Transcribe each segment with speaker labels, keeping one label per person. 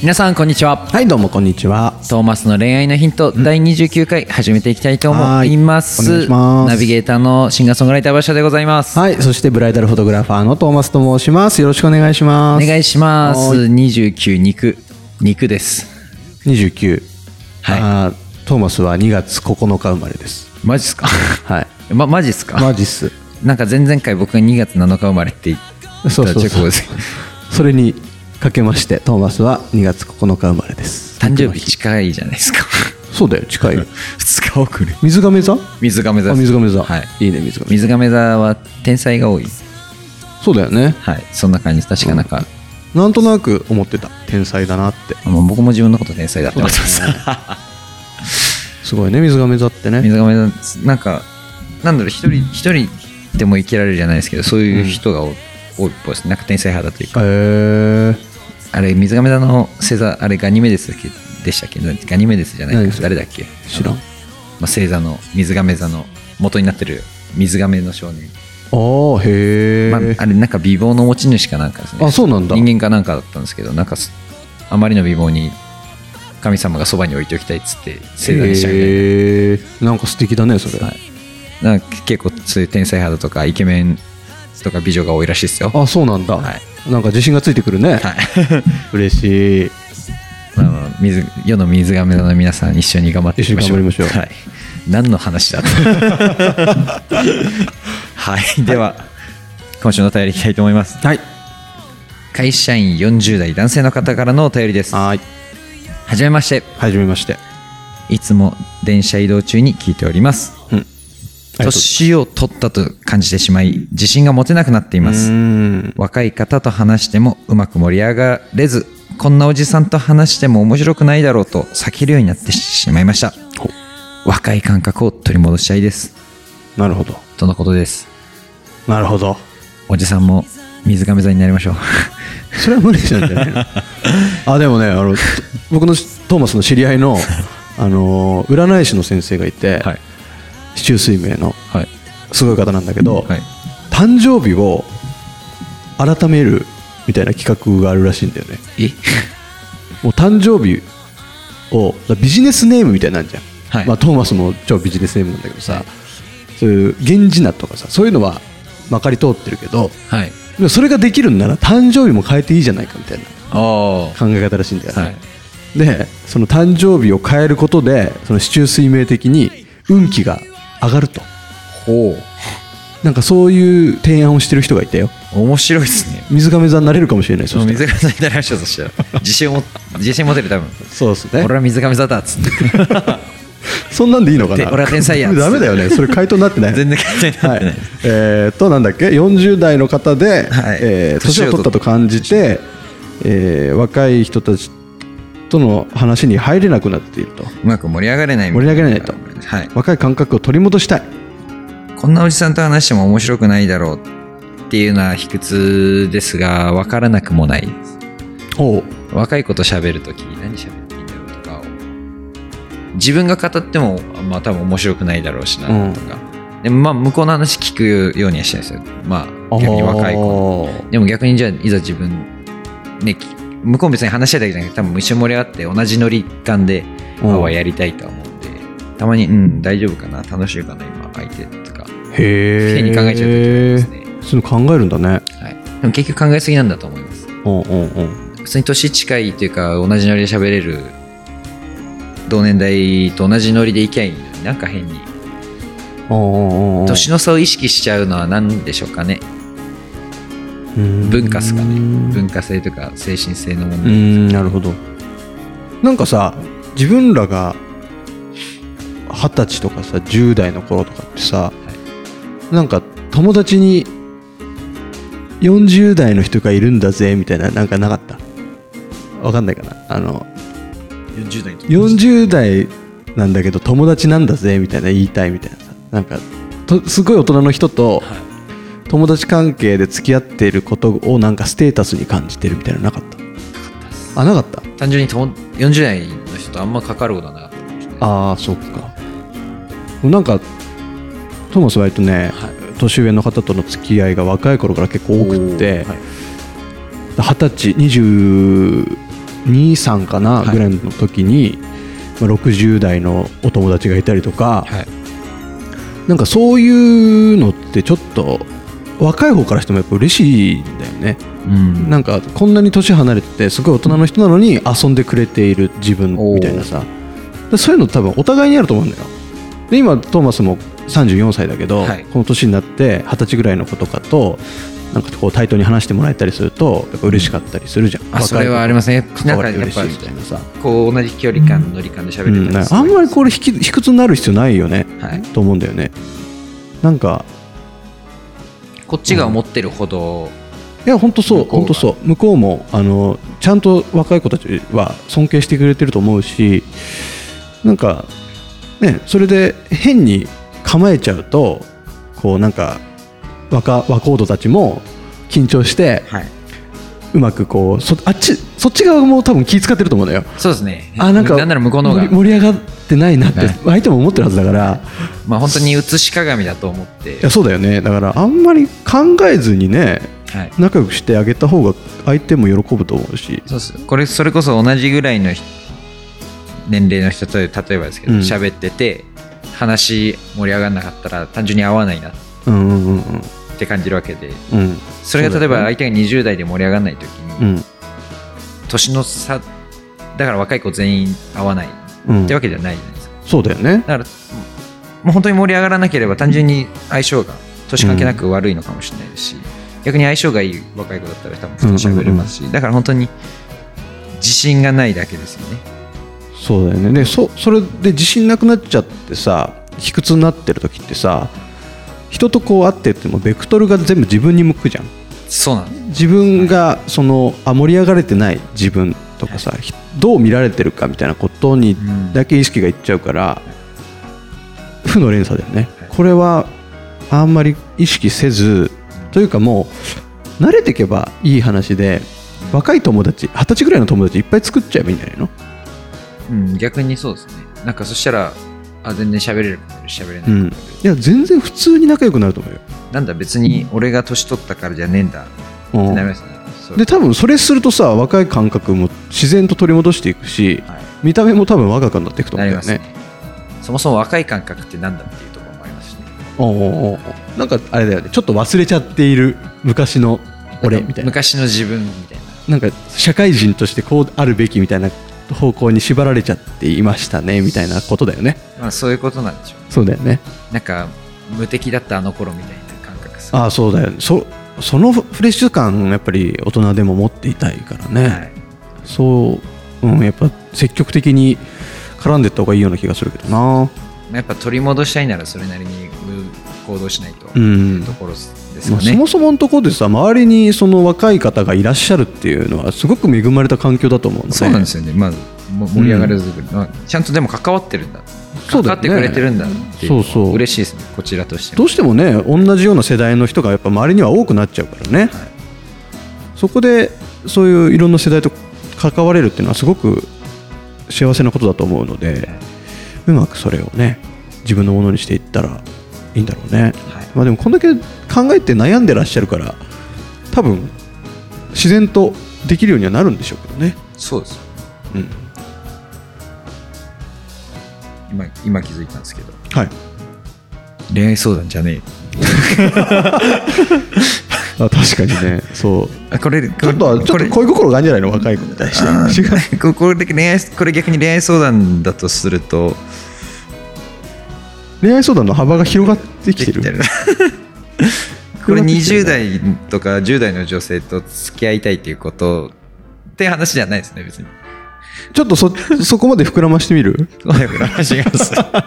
Speaker 1: 皆さんこんにちは
Speaker 2: はいどうもこんにちは
Speaker 1: トーマスの恋愛のヒント第29回始めていきたいと思います,、
Speaker 2: はいお願いします
Speaker 1: ナビゲーターのシンガーソングライター馬車でございます、
Speaker 2: はいそしてブライダルフォトグラファーのトーマスと申しますよろしくお願いします
Speaker 1: お願いします
Speaker 2: はー
Speaker 1: 29肉肉です
Speaker 2: 29
Speaker 1: はい
Speaker 2: あートーマスは2月9日生まれです
Speaker 1: マジっすか
Speaker 2: はい
Speaker 1: まマジっすか、
Speaker 2: マジっす
Speaker 1: なんか前々回僕が2月7日生まれって言った
Speaker 2: そうそう
Speaker 1: 直
Speaker 2: そ
Speaker 1: 後
Speaker 2: う
Speaker 1: です
Speaker 2: それにかけましてトーマスは2月9日生まれです
Speaker 1: 誕生日近いじゃない ですか
Speaker 2: そうだよ近 いよ
Speaker 1: 2日遅れ
Speaker 2: 水亀座
Speaker 1: 水亀座
Speaker 2: あ
Speaker 1: です
Speaker 2: 水亀座
Speaker 1: はい
Speaker 2: いいね水亀
Speaker 1: 水亀座は天才が多い
Speaker 2: そうだよね
Speaker 1: はいそんな感じ確かなんか、
Speaker 2: なんとなく思ってた天才だなって
Speaker 1: もう僕も自分のこと天才だって思ってます
Speaker 2: すごいね水亀座ってね
Speaker 1: 水亀さんですなんかなんだろう一人一人でも生きられるじゃないですけどそういう人が多い多いっぽいですねなんか天才派だという
Speaker 2: へ
Speaker 1: か
Speaker 2: え
Speaker 1: あれ水亀座の星座あれガニメデスだっけでしたっけなんガニメデスじゃない
Speaker 2: 何
Speaker 1: か
Speaker 2: それ
Speaker 1: 誰だっけ、
Speaker 2: 知らんあ
Speaker 1: まあ、星座の水亀座の元になってる水亀の少年、
Speaker 2: ーへえ、
Speaker 1: まあ、あれなんか美貌の持ち主かなんかですね
Speaker 2: あそうなんだ
Speaker 1: 人間かなんかだったんですけどなんかすあまりの美貌に神様がそばに置いておきたいっつって星座にしちゃうみたいな
Speaker 2: へーなんか素敵だねそれ、
Speaker 1: はい、なんか結構そういう天才肌とかイケメンとか美女が多いらしいですよ
Speaker 2: あそうなんだ、
Speaker 1: はい
Speaker 2: なんか自信がついてくるね、
Speaker 1: はい
Speaker 2: 嬉しい
Speaker 1: あの水世の水亀座の皆さん一緒に頑張っていきましょう
Speaker 2: 一緒に頑張りましょう
Speaker 1: はい、何の話だとはいでは、今週のお便りいきたいと思います
Speaker 2: はい
Speaker 1: 会社員40代男性の方からのお便りですは
Speaker 2: はい
Speaker 1: じめまして
Speaker 2: はじめまして
Speaker 1: いつも電車移動中に聞いております
Speaker 2: うんありがとうございます
Speaker 1: 年を取ったと感じてしまい自信が持てなくなっています
Speaker 2: うん
Speaker 1: 若い方と話してもうまく盛り上がれずこんなおじさんと話しても面白くないだろうと避けるようになってしまいました
Speaker 2: ほ
Speaker 1: 若い感覚を取り戻したいです
Speaker 2: なるほど
Speaker 1: とのことです
Speaker 2: なるほど
Speaker 1: おじさんも水亀座になりましょう
Speaker 2: それは無 理なんじゃないのあでもねあのと僕のトーマスの知り合いの、あのー占い師の先生がいて、
Speaker 1: はい
Speaker 2: 市中水明の
Speaker 1: はい
Speaker 2: すごい方なんだけど、
Speaker 1: はい
Speaker 2: 誕生日を改めるみたいな企画があるらしいんだよね
Speaker 1: え
Speaker 2: もう誕生日をだビジネスネームみたいなんじゃん、
Speaker 1: はい
Speaker 2: まあ、トーマスも超ビジネスネームなんだけどさ、
Speaker 1: はい
Speaker 2: そういう源氏名とかさそういうのはまかり通ってるけど
Speaker 1: はい
Speaker 2: でもそれができるんなら誕生日も変えていいじゃないかみたいな
Speaker 1: あ
Speaker 2: 考え方らしいんだよね、
Speaker 1: はい
Speaker 2: でその誕生日を変えることでその市中水明的に運気が上がると
Speaker 1: ほ
Speaker 2: なんかそういう提案をしてる人がいたよ
Speaker 1: う面白いですね
Speaker 2: 水亀座になれるかもしれない
Speaker 1: その
Speaker 2: そう
Speaker 1: 水亀座になりましょうそしたら自信を持っ自信持てる多分
Speaker 2: そうですね
Speaker 1: 俺は水亀座だっ つって
Speaker 2: そんなんでいいのか
Speaker 1: て
Speaker 2: な
Speaker 1: 俺は天才や
Speaker 2: ダメだよねそれ回答になってない
Speaker 1: 全然関係
Speaker 2: は
Speaker 1: ない い、ね、
Speaker 2: えー、となんだっけ40代の方で、
Speaker 1: はい
Speaker 2: えー年を取ったと感じて、えー若い人たちとの話に入れなくなっていると
Speaker 1: うまく盛り上がれないみ
Speaker 2: 盛
Speaker 1: た
Speaker 2: り
Speaker 1: な
Speaker 2: 上げられないと
Speaker 1: はい
Speaker 2: 若い感覚を取り戻したい
Speaker 1: こんなおじさんと話しても面白くないだろうっていうのは卑屈ですが分からなくもない
Speaker 2: おう
Speaker 1: 若い子と喋るとき何喋っていいんだろうとかを自分が語ってもまあ多分面白くないだろうしなとか、でもまあ向こうの話聞くようにはしないですよまあ逆に若い子の
Speaker 2: 子
Speaker 1: でも逆にじゃあいざ自分ねき向こうも別に話したいだけじゃなくて多分一緒に盛り上がって同じノリ感で
Speaker 2: うん
Speaker 1: あわやりたいとは思ってたまにうん大丈夫かな楽しいかな今相手とか
Speaker 2: へえ
Speaker 1: 変に考えちゃう時ありますね
Speaker 2: そういうの考えるんだね
Speaker 1: はい、でも結局考えすぎなんだと思います
Speaker 2: うんうんうん
Speaker 1: 普通に年近いというか同じノリで喋れる同年代と同じノリでいきゃいいのになんか変に
Speaker 2: うんうんうん
Speaker 1: 年の差を意識しちゃうのは何でしょうかね文化っすかね文化性とか精神性の問
Speaker 2: うー
Speaker 1: 題、
Speaker 2: んなるほどなんかさ自分らが二十歳とかさ10代の頃とかってさ、なんか友達に40代の人がいるんだぜみたいななんかなかったわかんないかなあの
Speaker 1: 40代と
Speaker 2: 40代なんだけど友達なんだぜみたいな言いたいみたいなさなんかとすごい大人の人と、友達関係で付き合っていることをなんかステータスに感じてるみたいなのなかったあなかった
Speaker 1: 単純にとも40代の人とあんまかかることはなかったかもしれない
Speaker 2: ああそうかなんかトーマスは割とね、
Speaker 1: はい
Speaker 2: 年上の方との付き合いが若い頃から結構多くて
Speaker 1: はい
Speaker 2: 二十、歳223かな
Speaker 1: はい
Speaker 2: ぐらいの時に、まあ60代のお友達がいたりとか、
Speaker 1: はい
Speaker 2: なんかそういうのってちょっと若い方からしてもやっぱ嬉しいんだよね、
Speaker 1: うん
Speaker 2: なんかこんなに年離れててすごい大人の人なのに遊んでくれている自分みたいなさでそういうの多分お互いにあると思うんだよで今トーマスも34歳だけど、
Speaker 1: はい
Speaker 2: この年になって二十歳ぐらいの子とかとなんかこう対等に話してもらえたりするとやっぱ嬉しかったりするじゃん、
Speaker 1: あそれはありますすねな
Speaker 2: なん
Speaker 1: か
Speaker 2: んか
Speaker 1: やっ
Speaker 2: 嬉し
Speaker 1: ぱ
Speaker 2: いみたいなさ、
Speaker 1: こう同じ距離感乗り感で喋
Speaker 2: う
Speaker 1: れ
Speaker 2: ん、
Speaker 1: て
Speaker 2: なん
Speaker 1: た
Speaker 2: かあんまりこれ卑屈卑屈になる必要ないよね
Speaker 1: り、はい、
Speaker 2: と思うんだよねなんか
Speaker 1: こっちが思ってるほど、
Speaker 2: いや本当そう
Speaker 1: 向こうが
Speaker 2: 本当そう向こうもあのちゃんと若い子たちは尊敬してくれてると思うしなんかねそれで変に構えちゃうとこうなんか若若人たちも緊張して
Speaker 1: はい、
Speaker 2: うまくこうそあっちそっち側も多分気使ってると思うんだよ
Speaker 1: そうですね
Speaker 2: あなんか
Speaker 1: なんなら向こうの方
Speaker 2: 盛
Speaker 1: が
Speaker 2: り盛り上がってないなって
Speaker 1: はい
Speaker 2: 相手も思ってるはずだから
Speaker 1: まあ本当に映し鏡だと思って
Speaker 2: いやそうだよねだからあんまり考えずにね
Speaker 1: はい
Speaker 2: 仲良くしてあげた方が相手も喜ぶと思うし
Speaker 1: そうっすこれそれこそ同じぐらいの人年齢の人と例えばですけど
Speaker 2: うん
Speaker 1: 喋、ってて話盛り上がんなかったら単純に合わないなっ
Speaker 2: うんうんうんうん
Speaker 1: て感じるわけで
Speaker 2: うん
Speaker 1: それが例えば
Speaker 2: そうだ
Speaker 1: 相手が20代で盛り上がらない時
Speaker 2: う
Speaker 1: に
Speaker 2: ん
Speaker 1: 年の差だから若い子全員合わないっ
Speaker 2: うん
Speaker 1: てわけじゃないじゃないですか
Speaker 2: そうだよね
Speaker 1: だからもう本当に盛り上がらなければ単純に相性が年関係なく悪いのかもしれないですし、逆に相性がいい若い子だったら多分普通に喋れますし、だから本当に自信がないだけですよね
Speaker 2: そうだよねでそそれで自信なくなっちゃってさ卑屈になってる時ってさ人とこう会っててもベクトルが全部自分に向くじゃん
Speaker 1: そうなんです
Speaker 2: 自分がそのあ盛り上がれてない自分とかさひどう見られてるかみたいなことに
Speaker 1: うん
Speaker 2: だけ意識がいっちゃうから負の連鎖だよね
Speaker 1: はい
Speaker 2: これはあんまり意識せずというかもう慣れていけばいい話で若い友達二十歳ぐらいの友達いっぱい作っちゃえばいいんじゃないの
Speaker 1: うん、逆にそうですね。なんかそしたら、あ、全然喋れるかも喋れないか
Speaker 2: う
Speaker 1: も、
Speaker 2: ん、いや全然普通に仲良くなると思うよ、
Speaker 1: なんだ、別に俺が年取ったからじゃねえんだ。
Speaker 2: うん
Speaker 1: なりますね。そう
Speaker 2: で多分それするとさ若い感覚も自然と取り戻していくし
Speaker 1: は
Speaker 2: 見た目も多分若くなっていく
Speaker 1: い、
Speaker 2: と思
Speaker 1: な
Speaker 2: うん
Speaker 1: り
Speaker 2: だ
Speaker 1: ま
Speaker 2: よ
Speaker 1: すね
Speaker 2: ね。
Speaker 1: そもそも若い感覚ってなんだっていうところもありますしね。
Speaker 2: おうおうおうなんかあれだよねちょっと忘れちゃっている昔の俺
Speaker 1: なんか
Speaker 2: みたいな
Speaker 1: 昔の自分みたいな。
Speaker 2: なんか社会人としてこうあるべきみたいな方向に縛られちゃっていましたねみたいなことだよね
Speaker 1: まあそういうことなんでしょうね。
Speaker 2: そうだよね
Speaker 1: なんか、無敵だったあの頃みたいな感覚さ。
Speaker 2: ああそうだよねそそのフレッシュ感やっぱり大人でも持っていたいから
Speaker 1: は
Speaker 2: ね、
Speaker 1: い、
Speaker 2: そう、うん、やっぱ積極的に絡んでった方がいいような気がするけどな。
Speaker 1: まあやっぱ取り戻したいならそれなりに行動しないと
Speaker 2: う
Speaker 1: い
Speaker 2: ん
Speaker 1: うところです
Speaker 2: ま
Speaker 1: よ
Speaker 2: あ、
Speaker 1: ね。
Speaker 2: そもそものところでさ周りにその若い方がいらっしゃるっていうのはすごく恵まれた環境だと思うので
Speaker 1: そうなんですよね、まあ、も盛り上がる作り、まあちゃんとでも関わってるんだ、
Speaker 2: そう
Speaker 1: 関
Speaker 2: だ
Speaker 1: わ
Speaker 2: よ
Speaker 1: ってくれ
Speaker 2: ね
Speaker 1: てるんだっていうのは
Speaker 2: そうそう
Speaker 1: 嬉しいですね、こちらとして
Speaker 2: ど
Speaker 1: も。
Speaker 2: うしてもね同じような世代の人がやっぱ周りには多くなっちゃうからね、そこでそういういろんな世代と関われるっていうのはすごく幸せなことだと思うのでうまくそれをね自分のものにしていったらいいんだろうね。
Speaker 1: はい
Speaker 2: まあ、でもこんだけ考えて悩んでらっしゃるから多分自然とできるようにはなるんでしょうけどね、
Speaker 1: そうですよ
Speaker 2: うん、
Speaker 1: 今、今気づいたんですけど、
Speaker 2: はい
Speaker 1: 恋愛相談じゃね
Speaker 2: あ確かにねそう
Speaker 1: え。あこれ、
Speaker 2: ち
Speaker 1: ち
Speaker 2: ょっとちょっと恋心があるんじゃないの若い子に対して違う
Speaker 1: ここれだけ恋愛これ逆に恋愛相談だとすると
Speaker 2: 恋愛相談の幅が広がってき
Speaker 1: で
Speaker 2: て
Speaker 1: き
Speaker 2: る
Speaker 1: てるこれ20代とか10代の女性と付き合いたいっていうことって話じゃないですね別に
Speaker 2: ちょっ とそそこまで膨らましてみる
Speaker 1: そういう話がす るここ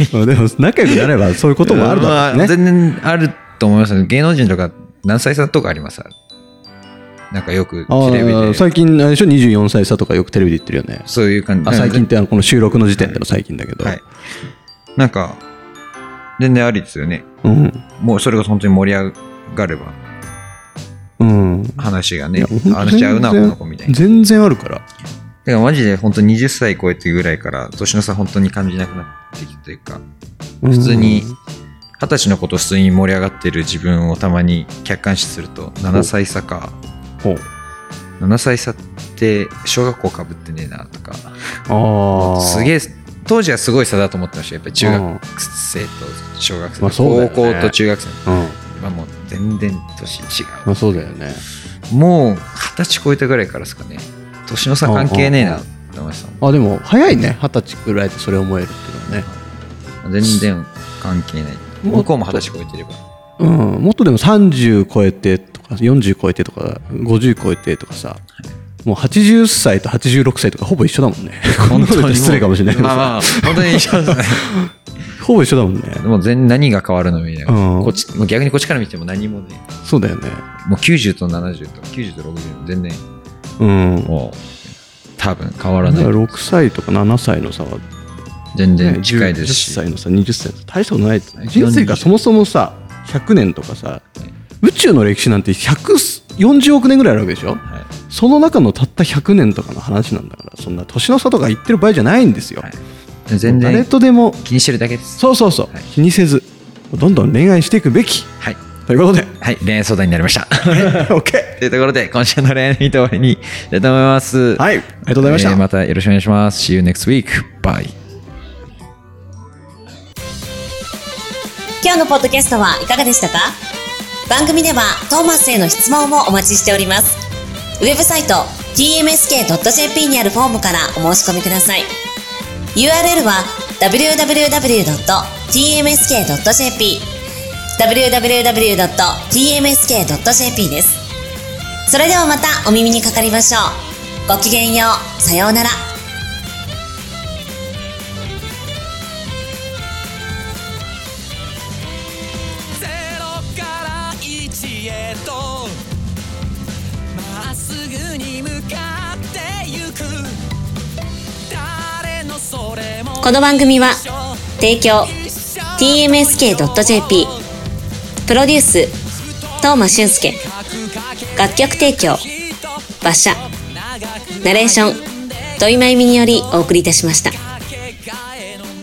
Speaker 1: に
Speaker 2: まあでも仲良くなればそういうこともあるだろう
Speaker 1: まあ
Speaker 2: しね、
Speaker 1: 全然あると思いますね芸能人とか何歳差とかありますなんかよく
Speaker 2: あー、
Speaker 1: テレビで
Speaker 2: 最近あれでしょ24歳差とかよくテレビで言ってるよね
Speaker 1: そういう感じ
Speaker 2: あ最近ってあのこの収録の時点での最近だけど、
Speaker 1: はいなんか全然ありですよね。
Speaker 2: うん
Speaker 1: もうそれが本当に盛り上がれば、
Speaker 2: うん
Speaker 1: 話がね、
Speaker 2: いや
Speaker 1: 話し合うな、こ
Speaker 2: 全然
Speaker 1: の子みたいな。
Speaker 2: 全然あるから
Speaker 1: だからマジで本当20歳超えてぐらいから、年の差本当に感じなくなってきたというか、普通に、二十歳のこと普通に盛り上がってる自分をたまに客観視すると、7歳差か、
Speaker 2: ほう
Speaker 1: 7歳差って小学校かぶってねえなとか、
Speaker 2: ああ
Speaker 1: すげ
Speaker 2: え
Speaker 1: え、当時はすごい差だと思ってました。やっぱり中学生と小学生、
Speaker 2: まあそうだよね
Speaker 1: 高校と中学生。
Speaker 2: うん、うん
Speaker 1: 今もう全然年違
Speaker 2: まあ、そうだよね
Speaker 1: う。もう二十歳超えたぐらいからですかね。年の差関係ねえなって思いましたもん
Speaker 2: あでも早いね二十歳くらいでそれ思えるっていうのはね
Speaker 1: 全然関係ない。
Speaker 2: もっと
Speaker 1: 向こうも二十歳超えてれば。
Speaker 2: うん、もっとでも30超えてとか40超えてとか50超えてとかさもう80歳と86歳とかほぼ一緒だもん ねこんなこと言ったら失礼かもしれないけど
Speaker 1: まあ
Speaker 2: さ、
Speaker 1: まあ、本当 に一緒ですね。
Speaker 2: ほぼ一緒だもんね
Speaker 1: もう全何が変わるのみたいな。
Speaker 2: うん
Speaker 1: こっちもう逆にこっちから見ても何もね、
Speaker 2: そうだよね
Speaker 1: もう90と70と90と60全然
Speaker 2: うん
Speaker 1: もう多分変わら
Speaker 2: だ
Speaker 1: な
Speaker 2: か
Speaker 1: い
Speaker 2: ら。6歳とか7歳の差は、ね、
Speaker 1: 全然近いです
Speaker 2: 10
Speaker 1: し。
Speaker 2: 歳の差20歳の差大したことない
Speaker 1: はい
Speaker 2: 人生がそもそもさ100年とかさ宇宙の歴史なんて140億年ぐらいあるわけでしょ
Speaker 1: はい
Speaker 2: その中のたった100年とかの話なんだからそんな年の差とか言ってる場合じゃないんですよ、
Speaker 1: はい全
Speaker 2: 誰
Speaker 1: 然
Speaker 2: とでも
Speaker 1: 気にしてるだけです。
Speaker 2: そうそうそう、
Speaker 1: はい
Speaker 2: 気にせずどんどん恋愛していくべき
Speaker 1: はい。
Speaker 2: ということで
Speaker 1: はい、恋愛相談になりま した。
Speaker 2: OK
Speaker 1: というところで、今週の恋愛の日終わりにしたいと思います。
Speaker 2: はいありがとうございました、
Speaker 1: えーまたよろしくお願いします。See you next week. Bye.
Speaker 3: 今日のポッドキャストはいかがでしたか番組ではトーマスへの質問もお待ちしております。ウェブサイト tmsk.jp にあるフォームからお申し込みください。URL は www.tmsk.jp www.tmsk.jp です。それではまたお耳にかかりましょう。ごきげんよう。さようなら。
Speaker 4: ゼロから一へとまっすぐに向かってゆく誰のそれも
Speaker 3: この番組は
Speaker 4: 一緒
Speaker 3: 提供 TMSK.jp プロデュース東間俊介楽曲提供馬車ナレーション土井真由美によりお送りいたしました
Speaker 4: かけがえのない